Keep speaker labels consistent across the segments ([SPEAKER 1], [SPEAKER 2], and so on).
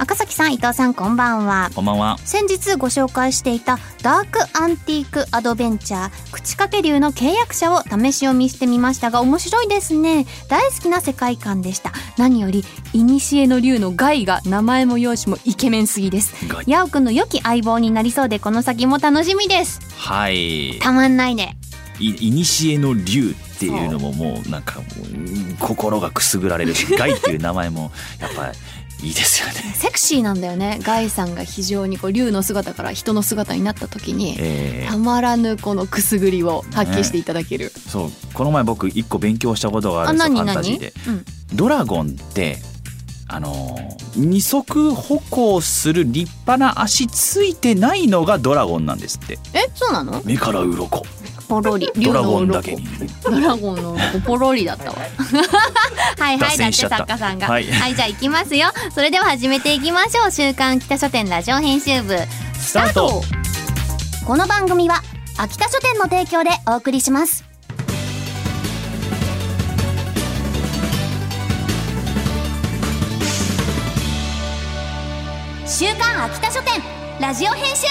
[SPEAKER 1] 赤崎さん伊藤さんこんばんは
[SPEAKER 2] こんばんは
[SPEAKER 1] 先日ご紹介していたダークアンティークアドベンチャー口掛け流の契約者を試し読みしてみましたが面白いですね大好きな世界観でした何より古の竜のガイが名前も容姿もイケメンすぎです
[SPEAKER 2] ガイ
[SPEAKER 1] ヤオくんの良き相棒になりそうでこの先も楽しみです
[SPEAKER 2] はいい
[SPEAKER 1] たまんないね
[SPEAKER 2] いにしえの竜っていうのももうなんかもう心がくすぐられるし「ガイ」っていう名前 もやっぱいいですよね
[SPEAKER 3] セクシーなんだよねガイさんが非常にこう竜の姿から人の姿になった時に
[SPEAKER 2] え
[SPEAKER 3] た
[SPEAKER 2] ー、
[SPEAKER 3] まらぬこのくすぐりを発揮していただける、
[SPEAKER 2] そうこの前僕一個勉強したことがあるんですよファンタジーで。
[SPEAKER 1] うん
[SPEAKER 2] ドラゴンってあのー二足歩行する立派な足ついてないのがドラゴンなんですって
[SPEAKER 3] えそうなの
[SPEAKER 2] 目から鱗
[SPEAKER 1] ポロリ
[SPEAKER 2] ドラ
[SPEAKER 3] の
[SPEAKER 2] ゴン
[SPEAKER 3] 鱗
[SPEAKER 2] だけに
[SPEAKER 3] ドラゴンのポロリだ ったわ
[SPEAKER 1] はいはい
[SPEAKER 2] 脱
[SPEAKER 1] だっ
[SPEAKER 2] 線
[SPEAKER 1] て
[SPEAKER 2] しちゃった
[SPEAKER 1] 作家さんが
[SPEAKER 2] は
[SPEAKER 1] はいい、じゃあ行きますよそれでは始めていきましょう週刊北書店ラジオ編集部
[SPEAKER 2] スタート
[SPEAKER 1] この番組は秋田書店の提供でお送りします週刊秋田書店ラジオ編集部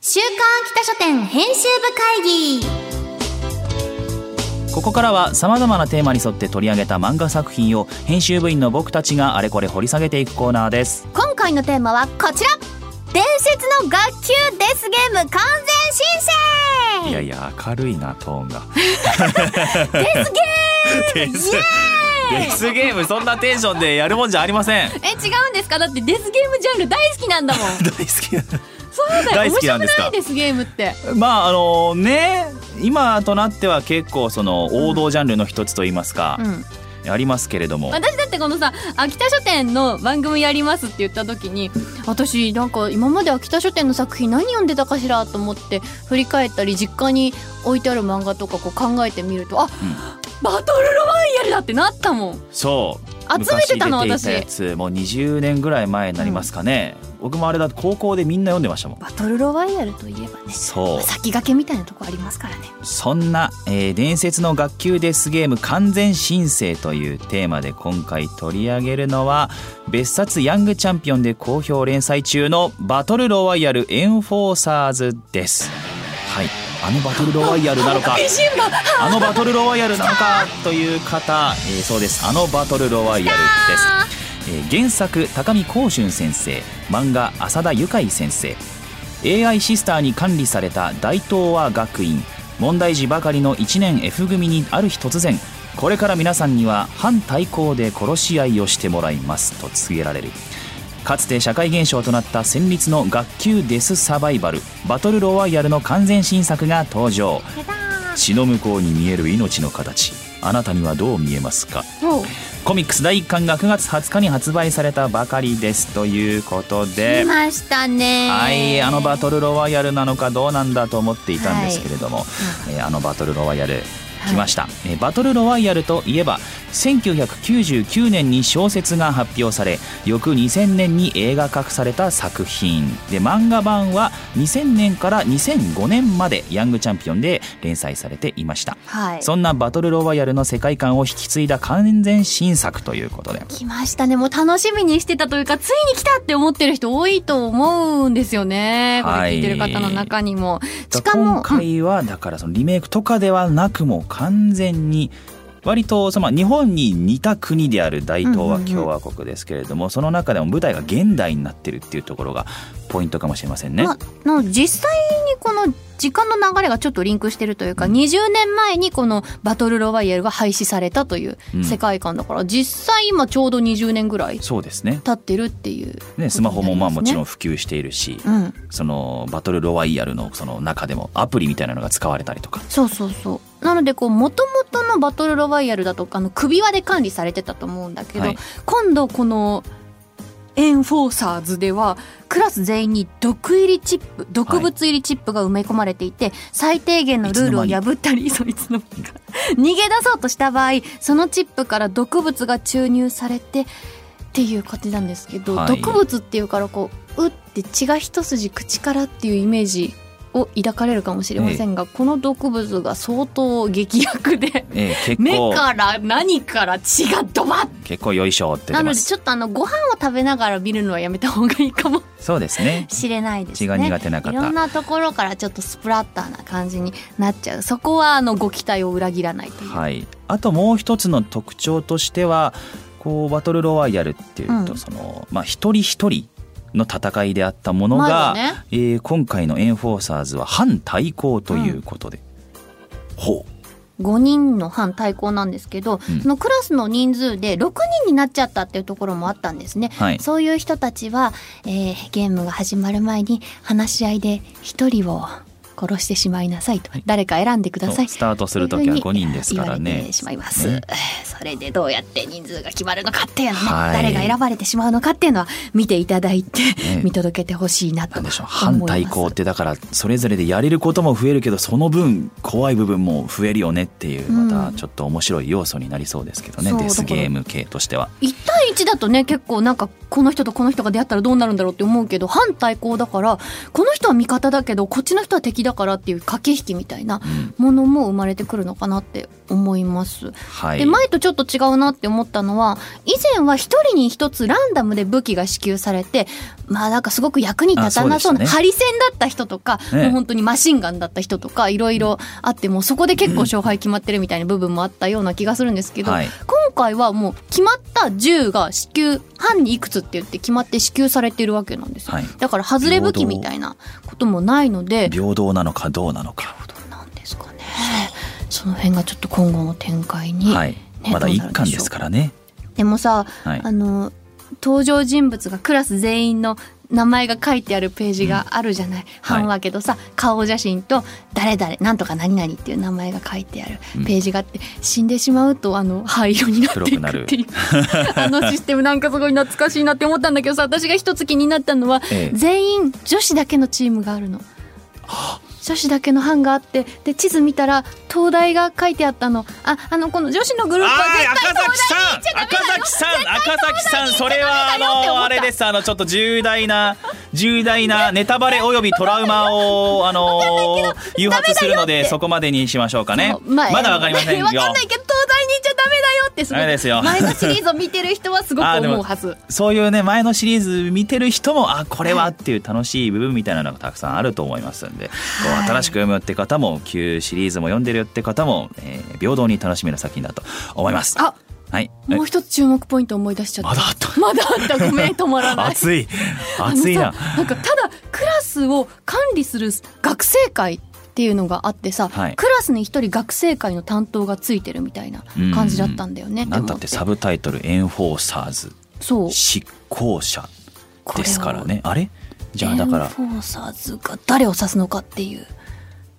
[SPEAKER 1] 週刊秋田書店編集部会議
[SPEAKER 2] ここからはさまざまなテーマに沿って取り上げた漫画作品を編集部員の僕たちがあれこれ掘り下げていくコーナーです
[SPEAKER 1] 今回のテーマはこちら伝説の学級デスゲーム完
[SPEAKER 2] いや
[SPEAKER 1] 全
[SPEAKER 2] いや明るいなトーンが デスゲームデスゲームそんなテンションでやるもんじゃありません
[SPEAKER 3] え違うんですかだってデスゲームジャンル大好きなんだ もん
[SPEAKER 2] 大好き
[SPEAKER 3] そうだよ
[SPEAKER 2] 大好きなんです
[SPEAKER 3] 面白
[SPEAKER 2] か
[SPEAKER 3] くないデスゲームって
[SPEAKER 2] まああのね今となっては結構その王道ジャンルの一つといいますか、
[SPEAKER 1] うん
[SPEAKER 2] ありますけれども、
[SPEAKER 3] 私だってこのさ秋田書店の番組やりますって言った時に私なんか今まで秋田書店の作品何読んでたかしらと思って振り返ったり実家に置いてある漫画とかこう考えてみるとあ、バトルロワイヤルだってなったもん
[SPEAKER 2] そう
[SPEAKER 3] 集めてたの
[SPEAKER 2] 昔
[SPEAKER 3] 私
[SPEAKER 2] 出ていたやつもう20年ぐらい前になりますかね、僕もあれだ高校でみんな読んでましたもん
[SPEAKER 3] バトルロワイヤルといえばね
[SPEAKER 2] そう
[SPEAKER 3] 先駆けみたいなとこありますからね
[SPEAKER 2] そんな、えー伝説の学級デスゲーム完全申請というテーマで今回取り上げるのは別冊ヤングチャンピオンで好評連載中のバトルロワイヤルエンフォーサーズですはいあのバトルロワイヤルな のかあのバトルロワイヤルなのかという方、えーそうですあのバトルロワイヤルですえー原作高見光春先生漫画浅田由海先生 AI シスターに管理された大東亜学院問題児ばかりの1年 F 組にある日突然これから皆さんには反対抗で殺し合いをしてもらいますと告げられるかつて社会現象となった戦慄の学級デスサバイバルバトルロワイヤルの完全新作が登場血の向こうに見える命の形あなたにはどう見えますかコミックス第1巻が9月20日に発売されたばかりですということで
[SPEAKER 1] 見、ましたね
[SPEAKER 2] はい、あのバトルロワイヤルなのかどうなんだと思っていたんですけれども、えーあのバトルロワイヤル来ました、えーバトルロワイヤルといえば1999年に小説が発表され翌2000年に映画化された作品で漫画版は2000年から2005年まで「ヤングチャンピオン」で連載されていました
[SPEAKER 1] はい
[SPEAKER 2] そんなバトルロワイヤルの世界観を引き継いだ完全新作ということで
[SPEAKER 3] 来ましたねもう楽しみにしてたというかついに来たって思ってる人多いと思うんですよねこれ
[SPEAKER 2] はい
[SPEAKER 3] 聞いてる方の中にも、しか
[SPEAKER 2] 今
[SPEAKER 3] も
[SPEAKER 2] 回はだからそのリメイクとかではなくもう完全に割とそのまあ日本に似た国である大東亜共和国ですけれどもその中でも舞台が現代になってるっていうところがポイントかもしれませんね
[SPEAKER 3] ま。あの実際にこの時間の流れがちょっとリンクしてるというか、20年前にこのバトルロワイヤルが廃止されたという
[SPEAKER 2] うん
[SPEAKER 3] 世界観だから、実際今ちょうど20年ぐらい
[SPEAKER 2] そうですね
[SPEAKER 3] 経ってるっていう、
[SPEAKER 2] ねスマホもまあもちろ
[SPEAKER 3] ん、
[SPEAKER 2] ん普及しているし
[SPEAKER 3] うん、
[SPEAKER 2] そのバトルロワイヤルのその中でもアプリみたいなのが使われたりとか
[SPEAKER 3] そうそうそうなのでこう元々のバトルロワイヤルだとあの首輪で管理されてたと思うんだけど、
[SPEAKER 2] はい
[SPEAKER 3] 今度このエンフォーサーズではクラス全員に毒入りチップ毒物入りチップが埋め込まれていて、最低限のルールを破ったりそういつの間にか 逃げ出そうとした場合そのチップから毒物が注入されてっていう感じなんですけど、
[SPEAKER 2] はい
[SPEAKER 3] 毒物っていうからこううって血が一筋口からっていうイメージを抱かれるかもしれませんが、この毒物が相当劇薬 で
[SPEAKER 2] えー結
[SPEAKER 3] 目
[SPEAKER 2] 構
[SPEAKER 3] から何から血がドバッ
[SPEAKER 2] 結構よいしょって出
[SPEAKER 3] なの
[SPEAKER 2] ま
[SPEAKER 3] ですちょっとあのご飯を食べながら見るのはやめた方がいいかも
[SPEAKER 2] そうですね
[SPEAKER 3] しれないですね。
[SPEAKER 2] 血が苦手な方
[SPEAKER 3] いろんなところからちょっとスプラッターな感じになっちゃう。そこはあのご期待を裏切らないという。
[SPEAKER 2] はい、あともう一つの特徴としてはこうバトルロワイヤルっていうと、
[SPEAKER 3] うん
[SPEAKER 2] そのまあ、一人一人の戦いであったもの
[SPEAKER 3] ま
[SPEAKER 2] が、
[SPEAKER 3] だね
[SPEAKER 2] えー今回のエンフォーサーズは反対抗ということで、ほう
[SPEAKER 3] 5人の反対抗なんですけど、
[SPEAKER 2] うん
[SPEAKER 3] そのクラスの人数で6人になっちゃったっていうところもあったんですね。
[SPEAKER 2] はい
[SPEAKER 3] そういう人たちは、えーゲームが始まる前に話し合いで1人を殺してしまいなさいと、誰か選んでください
[SPEAKER 2] スタートする時は5人ですから
[SPEAKER 3] 言われ
[SPEAKER 2] ね
[SPEAKER 3] てしまいます、
[SPEAKER 2] ね
[SPEAKER 3] それでどうやって人数が決まるのかっていうのね、
[SPEAKER 2] はい
[SPEAKER 3] 誰が選ばれてしまうのかっていうのは見ていただいて、
[SPEAKER 2] ね
[SPEAKER 3] 見届けてほしいなと思
[SPEAKER 2] なんで
[SPEAKER 3] い
[SPEAKER 2] しょう
[SPEAKER 3] ます
[SPEAKER 2] 反対抗ってだからそれぞれでやれることも増えるけどその分怖い部分も増えるよねっていう
[SPEAKER 3] うん
[SPEAKER 2] またちょっと面白い要素になりそうですけどね、
[SPEAKER 3] そう
[SPEAKER 2] デス
[SPEAKER 3] だから
[SPEAKER 2] ゲーム系としては。
[SPEAKER 3] 1対1だとね結構なんかこの人とこの人が出会ったらどうなるんだろうって思うけど反対抗だからこの人は味方だけどこっちの人は敵だからっていう駆け引きみたいな
[SPEAKER 2] うん
[SPEAKER 3] ものも生まれてくるのかなって思います。
[SPEAKER 2] はい、
[SPEAKER 3] で前とちょっと違うなって思ったのは以前は一人に一つランダムで武器が支給されてまあなんかすごく役に立たなそうな
[SPEAKER 2] あそう
[SPEAKER 3] ハリセンだった人とか、
[SPEAKER 2] ね
[SPEAKER 3] もう本当にマシンガンだった人とかいろいろあってもうそこで結構勝敗決まってるみたいな部分もあったような気がするんですけど、
[SPEAKER 2] はい
[SPEAKER 3] 今回はもう決まった銃が支給班にいくつって言って決まって支給されてるわけなんですよ、
[SPEAKER 2] はい
[SPEAKER 3] だから外れ武器みたいなこともないので
[SPEAKER 2] 平等なのかどうなのか。
[SPEAKER 3] なんですかねその辺がちょっと今後の展開に、
[SPEAKER 2] はい。
[SPEAKER 3] ね
[SPEAKER 2] まだ
[SPEAKER 3] どう
[SPEAKER 2] 一
[SPEAKER 3] なるでしょう
[SPEAKER 2] 巻ですからね。
[SPEAKER 3] でもさ、
[SPEAKER 2] はい
[SPEAKER 3] あの登場人物がクラス全員の名前が書いてあるページがあるじゃない、半分けどさ、顔写真と誰々なんとか何々っていう名前が書いてあるページがあって、死んでしまうとあの灰色になってい
[SPEAKER 2] 黒くなる
[SPEAKER 3] くっていう あのシステムなんかすごい懐かしいなって思ったんだけどさ私が一つ気になったのは、
[SPEAKER 2] ええ
[SPEAKER 3] 全員女子だけのチームがあるの。女子だけの班があってで地図見たら東大が書いてあったのああのこの女子のグループは絶対
[SPEAKER 2] 赤崎さん、赤崎さん、赤崎さん、それはあ
[SPEAKER 3] って思
[SPEAKER 2] の
[SPEAKER 3] った
[SPEAKER 2] あれです。あのちょっと重大な重大 なネタバレおよびトラウマをあの誘発するのでそこまでにしましょうかね。
[SPEAKER 3] そうまあ
[SPEAKER 2] まだわかりませんよ
[SPEAKER 3] わ。かんないけど東大に行っちゃダメだよってすごい
[SPEAKER 2] ダメですよ
[SPEAKER 3] 前のシリーズを見てる人はすごく
[SPEAKER 2] あでも
[SPEAKER 3] 思うはず。
[SPEAKER 2] そういうね前のシリーズ見てる人もあこれはっていう楽しい部分みたいなのがたくさんあると思いますんで、こう新しく読むって方も旧シリーズも読んでるよって方も、えー平等に楽しめる作品だと思います。
[SPEAKER 3] あ
[SPEAKER 2] はい。
[SPEAKER 3] もう一つ注目ポイント思い出しちゃった。
[SPEAKER 2] まだあった
[SPEAKER 3] まだあったごめん止まら ない。
[SPEAKER 2] 熱い熱い
[SPEAKER 3] あ
[SPEAKER 2] な
[SPEAKER 3] のさ。なんかただクラスを管理する学生会っていうのがあってさ、
[SPEAKER 2] はい
[SPEAKER 3] クラスに一人学生会の担当がついてるみたいな感じだったんだよね。
[SPEAKER 2] なんだってサブタイトル「エンフォーサーズ
[SPEAKER 3] そう
[SPEAKER 2] 執行者」ですからねあれじゃあ
[SPEAKER 3] エ
[SPEAKER 2] だ
[SPEAKER 3] ン
[SPEAKER 2] から
[SPEAKER 3] フォーサーズが誰を指すのかっていう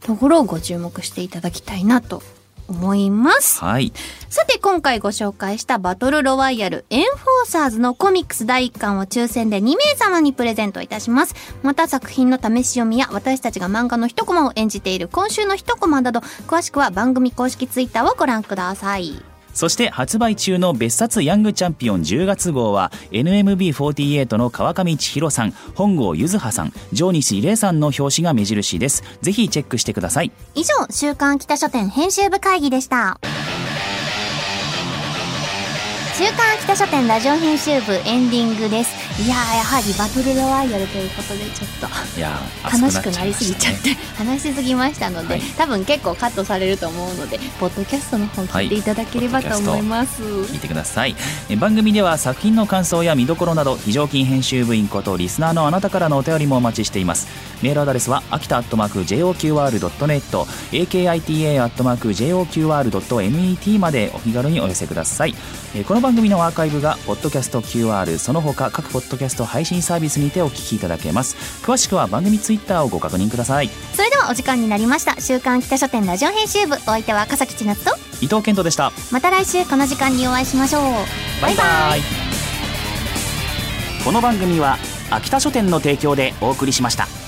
[SPEAKER 3] ところをご注目していただきたいなと思います。
[SPEAKER 2] はい
[SPEAKER 1] さて今回ご紹介したバトルロワイヤルエンフォーサーズのコミックス第1巻を抽選で2名様にプレゼントいたします。また作品の試し読みや私たちが漫画の一コマを演じている今週の一コマなど詳しくは番組公式ツイッターをご覧ください。
[SPEAKER 2] そして発売中の別冊ヤングチャンピオン10月号は NMB48 の川上千尋さん本郷ゆずはさん城西礼さんの表紙が目印ですぜひチェックしてください
[SPEAKER 1] 以上、週刊北書店編集部会議でした。週刊北書店ラジオ編集部エンディングです。いやー、やはりバトルロワイヤルということで、ちょっと。
[SPEAKER 2] いやー
[SPEAKER 1] 楽
[SPEAKER 2] 熱
[SPEAKER 1] しくなりすぎちゃっ
[SPEAKER 2] ね
[SPEAKER 1] て話しすぎましたので、
[SPEAKER 2] はい
[SPEAKER 1] 多分結構カットされると思うのでポッドキャストの方聞いていただければと思います、
[SPEAKER 2] 聞いてくださいえ番組では作品の感想や見どころなど非常勤編集部員ことリスナーのあなたからのお便りもお待ちしていますメールアドレスは秋田アットマーク JOQR.net akita アットマーク JOQR.net までお気軽にお寄せくださいえーこの番組のアーカイブがポッドキャスト QR その他各ポッドキャスト配信サービスにてお聞きいただけます詳しくは番組ツイッターをご確認ください
[SPEAKER 1] それではお時間になりました週刊北書店ラジオ編集部お相手は笠木千夏と
[SPEAKER 2] 伊藤健人でした
[SPEAKER 1] また来週この時間にお会いしましょう
[SPEAKER 2] バイバイこの番組は秋田書店の提供でお送りしました